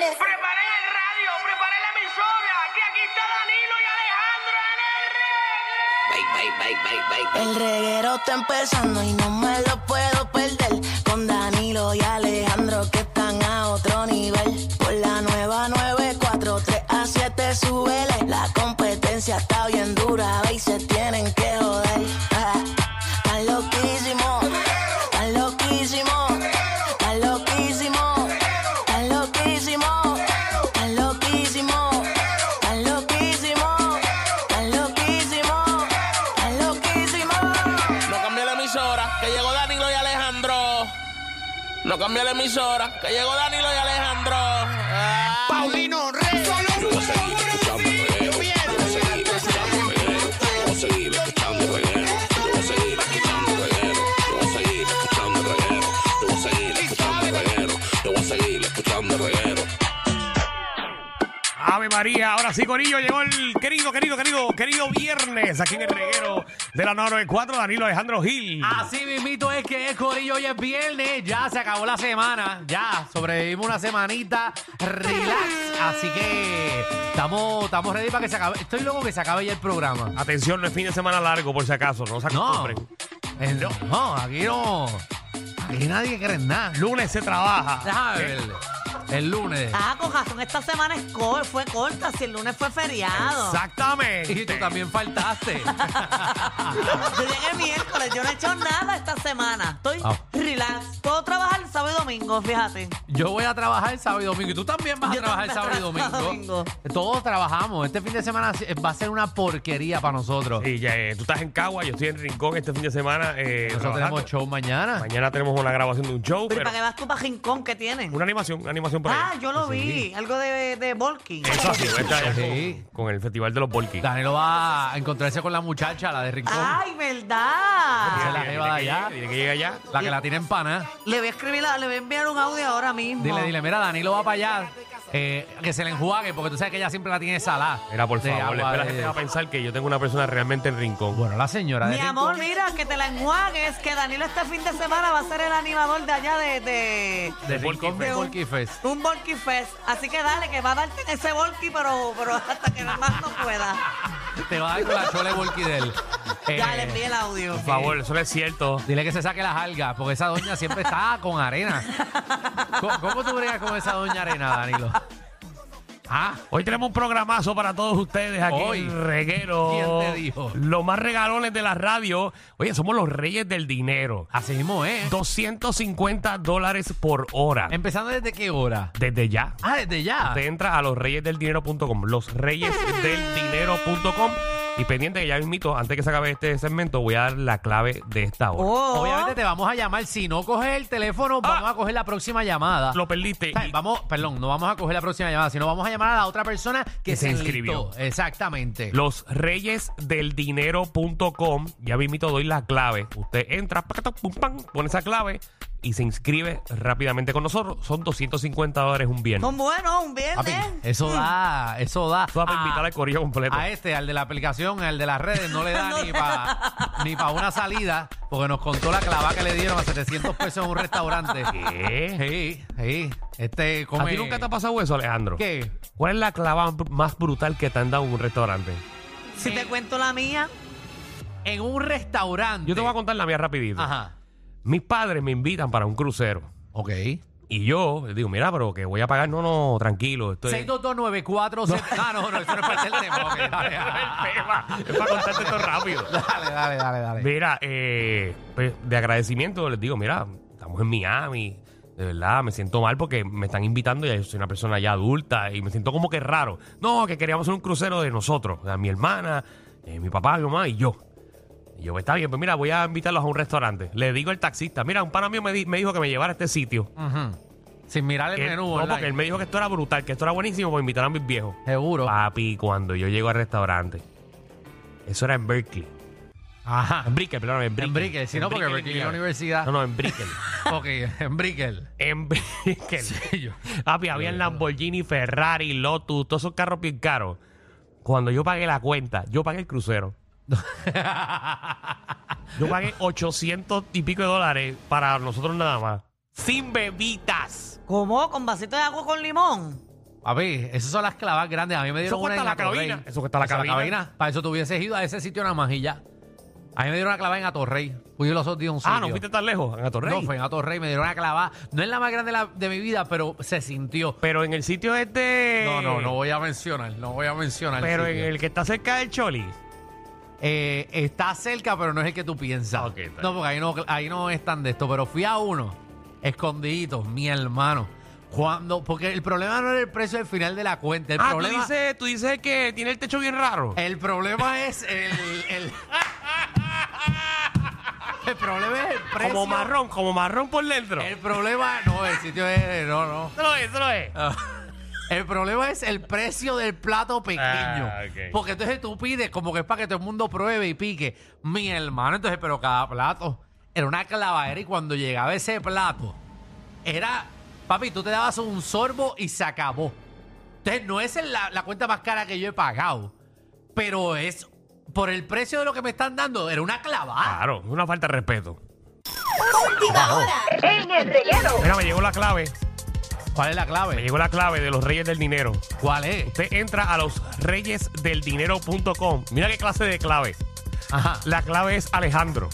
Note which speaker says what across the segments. Speaker 1: listen.
Speaker 2: Preparé el radio, preparé la emisora, que aquí está Danilo y Alejandro en el
Speaker 1: El
Speaker 2: reggae.
Speaker 1: reguero está empezando y no me lo puedo perder. Con Danilo y Alejandro que están a otro nivel. Por la nueva 943 a 7 súbele. La competencia está bien dura ve, y se tienen que joder. Ah, Están loquísimos, están loquísimos, están loquísimos, están loquísimos, están loquísimos, están loquísimos, están loquísimos, están loquísimos.
Speaker 3: No cambié la emisora, que llegó Danilo y Alejandro. No cambié la emisora, que llegó Danilo y Alejandro. Ah.
Speaker 4: Paulino Rey. Yo voy a seguir escuchando reggae. Yo voy a seguir escuchando reggae. Yo voy a seguir escuchando reggae. Yo voy a seguir escuchando reggae. Yo voy a seguir escuchando reggae. Yo voy a seguir escuchando reggae. Yo voy a seguir escuchando reggae.
Speaker 5: Ave María, ahora sí, Corillo, llegó el querido, querido, querido, querido viernes aquí en el reguero de la 994, Danilo Alejandro Gil.
Speaker 6: Así mismito es que es Corillo, hoy es viernes, ya se acabó la semana, ya sobrevivimos una semanita, relax, así que estamos, estamos ready para que se acabe, estoy loco que se acabe ya el programa.
Speaker 5: Atención, no es fin de semana largo, por si acaso, no se
Speaker 6: No,
Speaker 5: acostumbren.
Speaker 6: eh, no, no, aquí no, aquí nadie cree en nada.
Speaker 5: Lunes se trabaja.
Speaker 6: Déjame ver, el lunes.
Speaker 7: Ah, con razón, esta semana es cor- fue corta, si el lunes fue feriado.
Speaker 5: Exactamente.
Speaker 6: Y tú también faltaste.
Speaker 7: Yo llegué el miércoles, yo no he hecho nada esta semana. Estoy
Speaker 6: Ah.
Speaker 7: relax. Puedo trabajar el sábado y domingo, fíjate.
Speaker 6: Yo voy a trabajar el sábado y domingo. Y tú también vas a
Speaker 7: Yo
Speaker 6: trabajar el sábado
Speaker 7: también
Speaker 6: y domingo.
Speaker 7: trabajo domingo.
Speaker 6: Todos trabajamos. Este fin de semana va a ser una porquería para nosotros.
Speaker 5: Sí, ya, eh, tú estás en Cagua, yo estoy en Rincón este fin de semana. eh,
Speaker 6: Nosotros
Speaker 5: trabajando.
Speaker 6: tenemos show mañana.
Speaker 5: Mañana tenemos una grabación de un show,
Speaker 7: Pero,
Speaker 5: pero
Speaker 7: para que vas tú para Rincón que tienen.
Speaker 5: una animación, una animación para
Speaker 7: Ah, yo lo vi. Algo de, de Volky.
Speaker 5: Eso así, voy a estar allá
Speaker 6: Sí.
Speaker 5: con, con el Festival de los Volkis.
Speaker 6: Danilo va a encontrarse con la muchacha, la de Rincón.
Speaker 7: Ay, verdad.
Speaker 6: Esa es la jeva de allá.
Speaker 5: Tiene que llegar allá.
Speaker 6: La que la tiene en pana.
Speaker 7: Le voy a escribir, la- le voy a enviar un audio ahora mismo.
Speaker 6: Dile, dile, mira, Danilo va para allá. eh, que se le enjuague, porque tú sabes que ella siempre la tiene salada.
Speaker 5: Era por
Speaker 6: De
Speaker 5: favor,
Speaker 6: agua
Speaker 5: espera, la
Speaker 6: de-
Speaker 5: gente va a pensar que yo tengo una persona realmente en Rincón.
Speaker 6: Bueno, la señora de
Speaker 7: Mi
Speaker 6: Rincón.
Speaker 7: amor, mira, que te la enjuagues, que Danilo este fin de semana va a ser el animador de allá de- de,
Speaker 6: de
Speaker 5: de Volky
Speaker 6: Rincón de
Speaker 7: Fest.
Speaker 6: Volky Fest.
Speaker 7: Un Volky Fest. Así que dale, que va a darte en ese Volky, pero, pero hasta que nada más no pueda.
Speaker 6: Te va a dar con la chola de Volky de él. Eh,
Speaker 7: Dale, envíe el audio.
Speaker 5: Por favor, eso no es cierto.
Speaker 6: Dile que se saque las algas, porque esa doña siempre está con arena. ¿Cómo, cómo tú bregas con esa doña arena, Danilo? Ah,
Speaker 5: Hoy tenemos un programazo para todos ustedes aquí
Speaker 6: Hoy.
Speaker 5: en Reguero.
Speaker 6: ¿Quién te dijo?
Speaker 5: Los más regalones de la radio. Oye, somos los reyes del dinero.
Speaker 6: así mismo es.
Speaker 5: 250 dólares por hora.
Speaker 6: Empezando desde qué hora?
Speaker 5: Desde ya.
Speaker 6: Ah, desde ya.
Speaker 5: Te entra a losreyesdeldinero.com. Losreyesdeldinero.com. Y pendiente que ya mismito, antes que se acabe este segmento, voy a dar la clave de esta hora.
Speaker 7: Oh,
Speaker 6: Obviamente te vamos a llamar. Si no coges el teléfono, vamos a coger la próxima llamada.
Speaker 5: Ah. Lo perdiste.
Speaker 6: O sea,
Speaker 5: y-
Speaker 6: Vamos, perdón, no vamos a coger la próxima llamada, sino vamos a llamar a la otra persona que,
Speaker 5: Que se
Speaker 6: se, inscribió.
Speaker 5: inscribió.
Speaker 6: Exactamente.
Speaker 5: losreyesdeldinero.com. Ya mismito doy la clave. Usted entra, pacata, pum, pam, pone esa clave y se inscribe rápidamente con nosotros. Son 250 dólares un viernes.
Speaker 7: son buenos, un
Speaker 6: Papi,
Speaker 7: viernes.
Speaker 6: eso da, eso da.
Speaker 5: Eso va para
Speaker 6: A-
Speaker 5: invitar al corillo completo.
Speaker 6: a este, al de la aplicación, al de las redes, no le da ni para ni pa una salida, porque nos contó la clava que le dieron a 700 pesos en un restaurante.
Speaker 5: ¿Qué?
Speaker 6: Sí, sí. Este
Speaker 5: ¿A
Speaker 6: come...
Speaker 5: ti nunca te ha pasado eso, Alejandro?
Speaker 6: ¿Qué?
Speaker 5: ¿Cuál es la clava br- más brutal que te han dado en un restaurante?
Speaker 7: Si te cuento la mía,
Speaker 6: En un restaurante.
Speaker 5: Yo te voy a contar la mía rapidito.
Speaker 6: Ajá.
Speaker 5: Mis padres me invitan para un crucero.
Speaker 6: Ok.
Speaker 5: Y yo les digo, mira, pero que voy a pagar. No, no, tranquilo. Esto es-
Speaker 6: 62294. Ah, no, no, eso no es parte del tema. Ok, dale,
Speaker 5: El tema. Es para contarte esto rápido.
Speaker 6: dale, dale, dale, dale.
Speaker 5: Mira, eh, pues, de agradecimiento les digo, mira, estamos en Miami. De verdad, me siento mal porque me están invitando y yo soy una persona ya adulta y me siento como que raro. No, que queríamos hacer un crucero de nosotros. O sea, mi hermana, eh, mi papá, mi mamá y yo. Y yo, está bien, pues mira, voy a invitarlos a un restaurante. Le digo al taxista, mira, un pana mío me, di- me dijo que me llevara a este sitio.
Speaker 6: Ujú. Sin mirar Mm. el
Speaker 5: Que-
Speaker 6: menú.
Speaker 5: no,
Speaker 6: online.
Speaker 5: porque él me dijo que esto era brutal, que esto era buenísimo, pues invitar a mis viejos.
Speaker 6: Seguro.
Speaker 5: Papi, cuando yo llego al restaurante, Eso era en Berkeley.
Speaker 6: Ajá.
Speaker 5: En Brickell, perdón, en Brickell.
Speaker 6: En Brickell, sí, no, porque Berkeley es la
Speaker 5: Illinois.
Speaker 6: universidad.
Speaker 5: No, no, en Brickell.
Speaker 6: Ok, en Brickell.
Speaker 5: Ah. en Brickell.
Speaker 6: yo-
Speaker 5: Papi, habían Lamborghini, Ferrari, Lotus, todos esos carros bien caros. Cuando yo pagué la cuenta, yo pagué el crucero. yo pagué 800 y pico de dólares para nosotros nada más. Sin bebitas.
Speaker 7: Mm. ¿Cómo? ¿Con vasito de agua con limón?
Speaker 6: A ver, esas son las clavas grandes. A mí me dieron
Speaker 5: cuesta
Speaker 6: una en
Speaker 5: la
Speaker 6: Atorrey.
Speaker 5: cabina. Eso cuesta la cabina.
Speaker 6: Para eso te hubieses ido a ese sitio nada más y ya. A mí me dieron una clava en Atorrey. Fui los otros días a un sitio.
Speaker 5: Ah, no fuiste tan lejos, en Atorrey.
Speaker 6: No, fue en Atorrey. Me dieron una clava. No es la más grande de, la- de mi vida, pero se sintió.
Speaker 5: Pero en el sitio este.
Speaker 6: No, no, no voy a mencionar. No voy a mencionar.
Speaker 5: Pero en
Speaker 6: sitio.
Speaker 5: el que está cerca del Choli.
Speaker 6: Eh, está cerca, pero no es el que tú piensas.
Speaker 5: Ah, ok, está
Speaker 6: no,
Speaker 5: bien.
Speaker 6: porque ahí no, ahí no es tan de esto. Pero fui a uno, escondidito, mi hermano. Cuando, porque el problema no era el precio al final de la cuenta. El
Speaker 5: ah,
Speaker 6: problema,
Speaker 5: tú dices, tú dices que tiene el techo bien raro.
Speaker 6: el problema es el, el- el problema es el precio.
Speaker 5: como marrón, como marrón por dentro.
Speaker 6: El problema, no, el sitio es, no, no.
Speaker 5: Eso lo es, eso lo es.
Speaker 6: El problema es el precio del plato pequeño.
Speaker 5: Ah, ok.
Speaker 6: Porque entonces tú pides como que es para que todo el mundo pruebe y pique. Mi hermano, entonces, pero cada plato era una clavadera y cuando llegaba ese plato, era, papi, tú te dabas un sorbo y se acabó. Entonces, no es el- la, la cuenta más cara que yo he pagado, pero es por el precio de lo que me están dando, era una clavada.
Speaker 5: Claro, una falta de respeto.
Speaker 8: en el reguero.
Speaker 5: Mira, me llegó la clave.
Speaker 6: ¿Cuál es la
Speaker 5: Me
Speaker 6: clave?
Speaker 5: llegó la clave de los reyes del dinero.
Speaker 6: ¿Cuál es?
Speaker 5: Usted entra a los reyesdeldinero.com. Mira qué clase de clave.
Speaker 6: Ajá.
Speaker 5: La clave es Alejandro.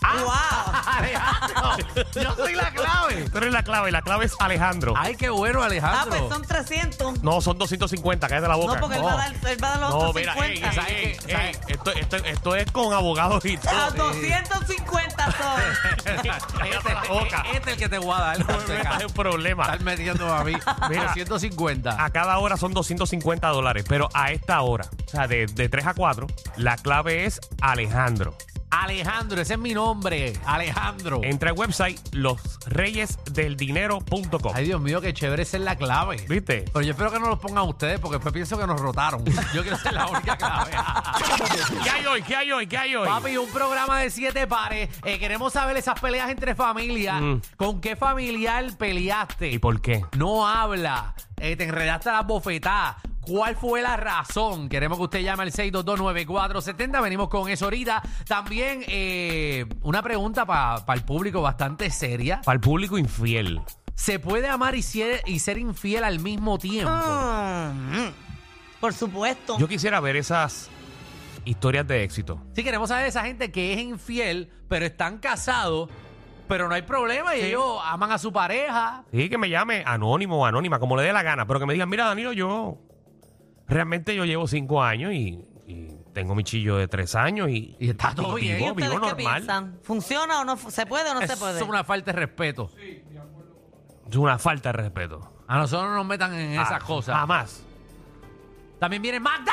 Speaker 5: Ah.
Speaker 7: ¡Wow!
Speaker 6: Alejandro, yo soy la clave.
Speaker 5: Tú eres la clave, la clave es Alejandro.
Speaker 6: Ay, qué bueno,
Speaker 7: Ah,
Speaker 6: Alejandro.
Speaker 7: pues son 300.
Speaker 5: No, son 250, cállate la boca.
Speaker 7: No, porque él va a dar, él va a dar los
Speaker 5: No, mira,
Speaker 7: 250.
Speaker 5: ey, ey, ey,
Speaker 6: ¿Sabes qué? ¿Sabes?
Speaker 5: ey, esto, esto- esto es con abogados y todo.
Speaker 7: A 250 son.
Speaker 5: Cállate la boca.
Speaker 6: Este, este es el que te voy a dar.
Speaker 5: No me metas en
Speaker 6: Estás
Speaker 5: problemas.
Speaker 6: metiendo a mí.
Speaker 5: Mira.
Speaker 6: 150.
Speaker 5: A cada hora son 250 dólares, pero a esta hora, o sea, de, de 3 a 4, la clave es Alejandro.
Speaker 6: Alejandro, ese es mi nombre. Alejandro.
Speaker 5: Entra al website losreyesdeldinero.com.
Speaker 6: Ay, Dios mío, qué chévere esa es la clave.
Speaker 5: ¿Viste?
Speaker 6: Pero yo espero que no lo pongan ustedes porque después pienso que nos rotaron. Yo quiero ser la única clave.
Speaker 5: ¿Qué hay hoy? ¿Qué hay hoy? ¿Qué hay hoy?
Speaker 6: Papi, un programa de siete pares. Eh, queremos saber esas peleas entre familias.
Speaker 5: Mm.
Speaker 6: ¿Con qué familiar peleaste?
Speaker 5: ¿Y por qué?
Speaker 6: no habla, eh, te enredaste a las bofetadas. ¿Cuál fue la razón? Queremos que usted llame al 6229470. Venimos con eso ahorita. También eh, una pregunta para el público bastante seria.
Speaker 5: Para el público infiel.
Speaker 6: ¿Se puede amar y ser, y ser infiel al mismo tiempo?
Speaker 7: Mm, Por supuesto.
Speaker 5: Yo quisiera ver esas historias de éxito.
Speaker 6: Sí, queremos saber de esa gente que es infiel, pero están casados, pero no hay problema y ellos aman a su pareja.
Speaker 5: Sí, que me llame anónimo o anónima, como le dé la gana, pero que me digan, mira, Danilo, yo realmente yo llevo cinco años y, y tengo mi chillo de tres años y,
Speaker 6: Y está todo
Speaker 5: y
Speaker 6: bien.
Speaker 5: Vivo,
Speaker 7: ¿Ustedes
Speaker 5: vivo
Speaker 7: qué
Speaker 5: normal.
Speaker 7: piensan? ¿Funciona o no? fu- ¿Se puede o no se
Speaker 6: Eso
Speaker 7: puede?
Speaker 6: es una falta de respeto.
Speaker 5: Es una falta de respeto.
Speaker 6: A nosotros no nos metan en esas
Speaker 5: Ah,
Speaker 6: cosas.
Speaker 5: Jamás.
Speaker 6: También viene Magda,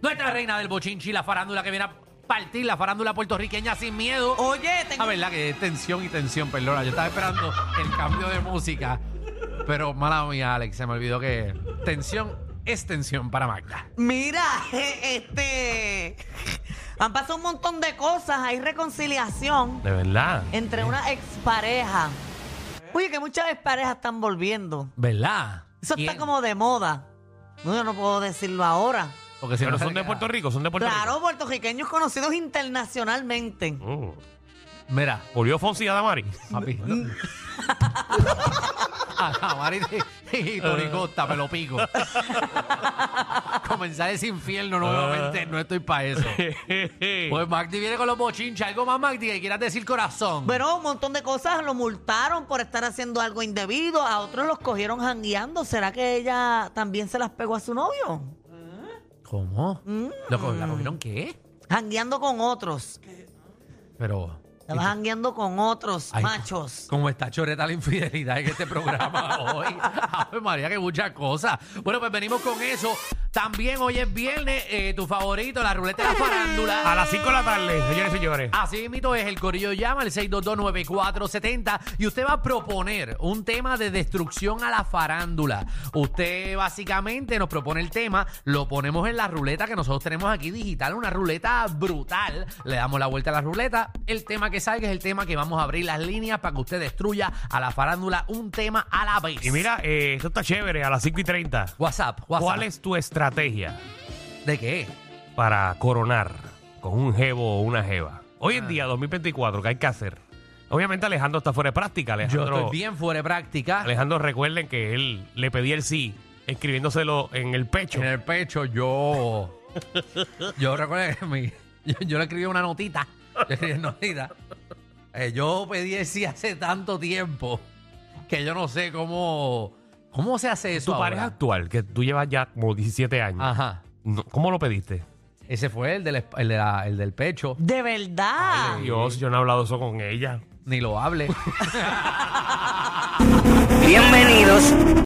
Speaker 6: nuestra reina del bochinchi, la farándula que viene a partir, la farándula puertorriqueña sin miedo.
Speaker 7: Oye, Oh, tengo
Speaker 6: La verdad que es tensión y tensión, perdona. Yo estaba esperando el cambio de música, pero mala mía, Alex, se me olvidó que tensión es tensión para Magda.
Speaker 7: Mira, este. Han pasado un montón de cosas. Hay reconciliación
Speaker 5: De verdad.
Speaker 7: entre una expareja. Oye, que muchas exparejas están volviendo.
Speaker 6: ¿Verdad?
Speaker 7: Eso
Speaker 6: ¿Quién?
Speaker 7: está como de moda. No, yo no puedo decirlo ahora.
Speaker 6: Porque si
Speaker 5: Pero
Speaker 6: no se
Speaker 5: son
Speaker 6: le
Speaker 5: de
Speaker 6: queda-
Speaker 5: Puerto Rico, son de Puerto
Speaker 7: Claro, puertorriqueños conocidos internacionalmente.
Speaker 5: Rico. Mm.
Speaker 6: Mira,
Speaker 5: Volvió Fonsi y Adamari.
Speaker 6: papi.
Speaker 7: Mm.
Speaker 6: no- Ajá, Mari y- y Tony Costa, pelo pico. Comenzar ese infierno nuevamente, no estoy para eso. Pues Magdi viene con los bochinches. Algo más, Magdi, que quieras decir corazón.
Speaker 7: Bueno, un montón de cosas. Lo multaron por estar haciendo algo indebido. A otros los cogieron jangueando. ¿Será que ella también se las pegó a su novio?
Speaker 6: ¿Cómo? ¿Lo co- ¿La cogieron qué?
Speaker 7: Jangueando con otros.
Speaker 6: Pero.
Speaker 7: Estaba jangueando con otros
Speaker 6: ay,
Speaker 7: machos.
Speaker 6: Como está choreta la infidelidad en este programa hoy. Ave María, que muchas cosas. Bueno, pues venimos con eso. También hoy es viernes, eh, tu favorito, la ruleta de la farándula.
Speaker 5: A las 5 de la tarde, señores y señores.
Speaker 6: Así mito es, el Corillo llama al 6229470 y usted va a proponer un tema de destrucción a la farándula. Usted básicamente nos propone el tema, lo ponemos en la ruleta que nosotros tenemos aquí digital, una ruleta brutal. Le damos la vuelta a la ruleta, el tema que salga es el tema que vamos a abrir las líneas para que usted destruya a la farándula un tema a la vez.
Speaker 5: Y mira, eh, esto está chévere, a las 5 y 30.
Speaker 6: WhatsApp, WhatsApp.
Speaker 5: ¿Cuál es tu estrategia
Speaker 6: ¿De qué?
Speaker 5: para coronar con un jevo o una jeva? Hoy
Speaker 6: Ah.
Speaker 5: en día, 2024, ¿qué hay que hacer? Obviamente Alejandro está fuera de práctica.
Speaker 6: Yo
Speaker 5: Alejandro,
Speaker 6: estoy bien fuera de práctica.
Speaker 5: Alejandro, recuerden que él le pedía el sí, escribiéndoselo en el pecho.
Speaker 6: En el pecho, yo. yo recuerdo que mi- yo, yo le escribí una notita. Yo escribí una notita. Eh, yo pedí el sí hace tanto tiempo que yo no sé cómo. ¿Cómo se hace eso?
Speaker 5: Tu
Speaker 6: ahora?
Speaker 5: pareja actual, que tú llevas ya como 17 años,
Speaker 6: Ajá.
Speaker 5: no- ¿cómo lo pediste?
Speaker 6: Ese fue el del, esp- el de la- el del pecho.
Speaker 7: De verdad.
Speaker 5: Dios, yo no he hablado eso con ella.
Speaker 6: Ni lo hable.
Speaker 1: Bienvenidos